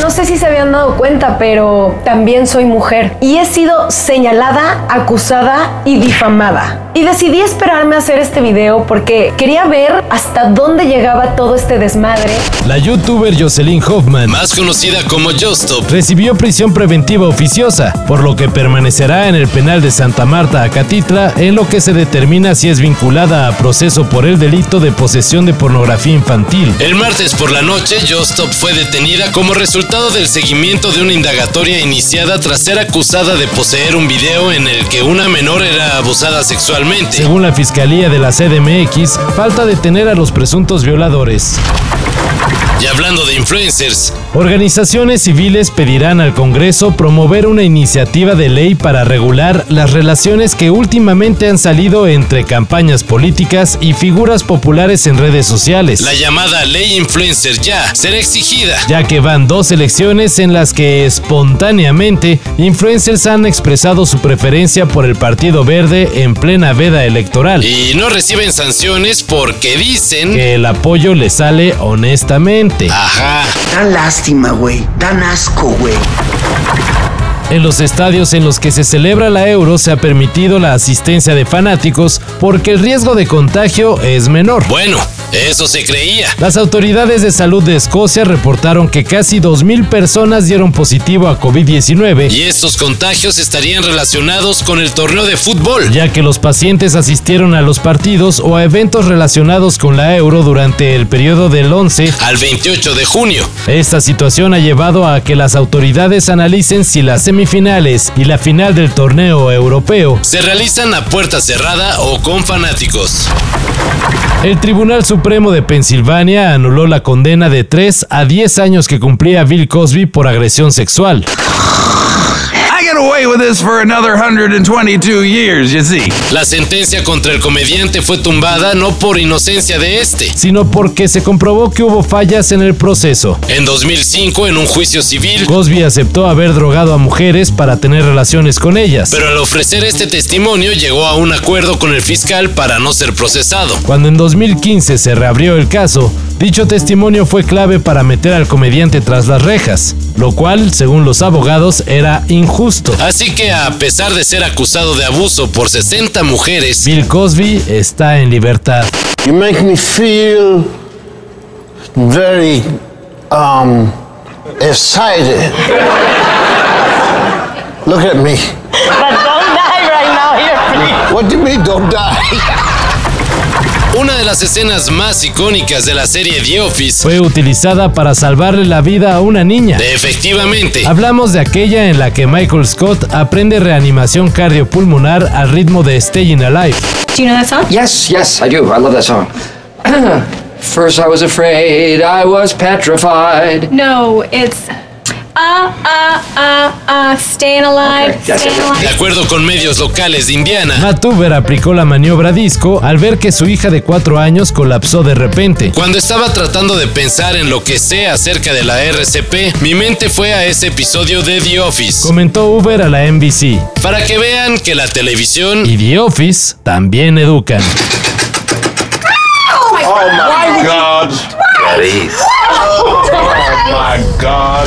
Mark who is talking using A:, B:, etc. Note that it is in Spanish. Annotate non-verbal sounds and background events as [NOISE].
A: No sé si se habían dado cuenta, pero también soy mujer y he sido señalada, acusada y difamada. Y decidí esperarme a hacer este video porque quería ver hasta dónde llegaba todo este desmadre.
B: La youtuber Jocelyn Hoffman,
C: más conocida como Justop,
B: recibió prisión preventiva oficiosa, por lo que permanecerá en el penal de Santa Marta a Catitla en lo que se determina si es vinculada a proceso por el delito de posesión de pornografía infantil.
C: El martes por la noche, Justop fue detenida como resultado del seguimiento de una indagatoria iniciada tras ser acusada de poseer un video en el que una menor era abusada sexualmente.
B: Según la Fiscalía de la CDMX, falta detener a los presuntos violadores.
C: Y hablando de influencers,
B: Organizaciones civiles pedirán al Congreso promover una iniciativa de ley para regular las relaciones que últimamente han salido entre campañas políticas y figuras populares en redes sociales,
C: la llamada ley influencer ya será exigida.
B: ya que van dos elecciones en las que espontáneamente influencers han expresado su preferencia por el Partido Verde en plena veda electoral,
C: Y no reciben sanciones porque dicen...
B: que el apoyo les sale honestamente.
C: Ajá.
D: Dan lástima, güey. Dan asco, güey.
B: En los estadios en los que se celebra la Euro se ha permitido la asistencia de fanáticos porque el riesgo de contagio es menor.
C: Bueno, eso se creía.
B: Las autoridades de salud de Escocia reportaron que casi 2.000 personas dieron positivo a COVID-19,
C: Y estos contagios estarían relacionados con el torneo de fútbol.
B: ya que los pacientes asistieron a los partidos o a eventos relacionados con la Euro durante el periodo del 11
C: Al 28 de junio.
B: Esta situación ha llevado a que las autoridades analicen si las semifinales y la final del torneo europeo
C: Se realizan a puerta cerrada o con fanáticos.
B: El Tribunal Supremo de Pensilvania anuló la condena de 3 a 10 años que cumplía Bill Cosby por agresión sexual.
E: I get away with this for another 122 years, you see.
C: La sentencia contra el comediante fue tumbada no por inocencia de este.
B: sino porque se comprobó que hubo fallas en el proceso.
C: En 2005, en un juicio civil,
B: Cosby aceptó haber drogado a mujeres para tener relaciones con ellas.
C: pero al ofrecer este testimonio llegó a un acuerdo con el fiscal para no ser procesado.
B: Cuando en 2015 se reabrió el caso, dicho testimonio fue clave para meter al comediante tras las rejas, lo cual, según los abogados, era injusto.
C: Así que a pesar de ser acusado de abuso por 60 mujeres,
B: Bill Cosby está en libertad.
F: You make me feel very um, excited. Look at me. But don't die right now here, please. What do you mean, don't die?
C: una de las escenas más icónicas de la serie The Office,
B: Fue utilizada para salvarle la vida a una niña.
C: de efectivamente,
B: Hablamos de aquella en la que Michael Scott aprende reanimación cardiopulmonar al ritmo de Staying Alive.
G: Do you know that song?
H: Yes, yes, I do. I love that song. [CLEARS THROAT] First I was afraid, I was petrified.
I: No, it's uh uh uh uh staying alive,
H: Okay, yes,
I: staying
H: yes, yes.
I: alive.
C: de acuerdo con medios locales de Indiana,
B: Matt Tuber aplicó la maniobra disco al ver que su hija de 4 años colapsó de repente.
C: Cuando estaba tratando de pensar en lo que sé acerca de la RCP, mi mente fue a ese episodio de The Office.
B: Comentó Uber a la NBC.
C: Para que vean que la televisión
B: Y The Office también educan.
E: God. Oh my God.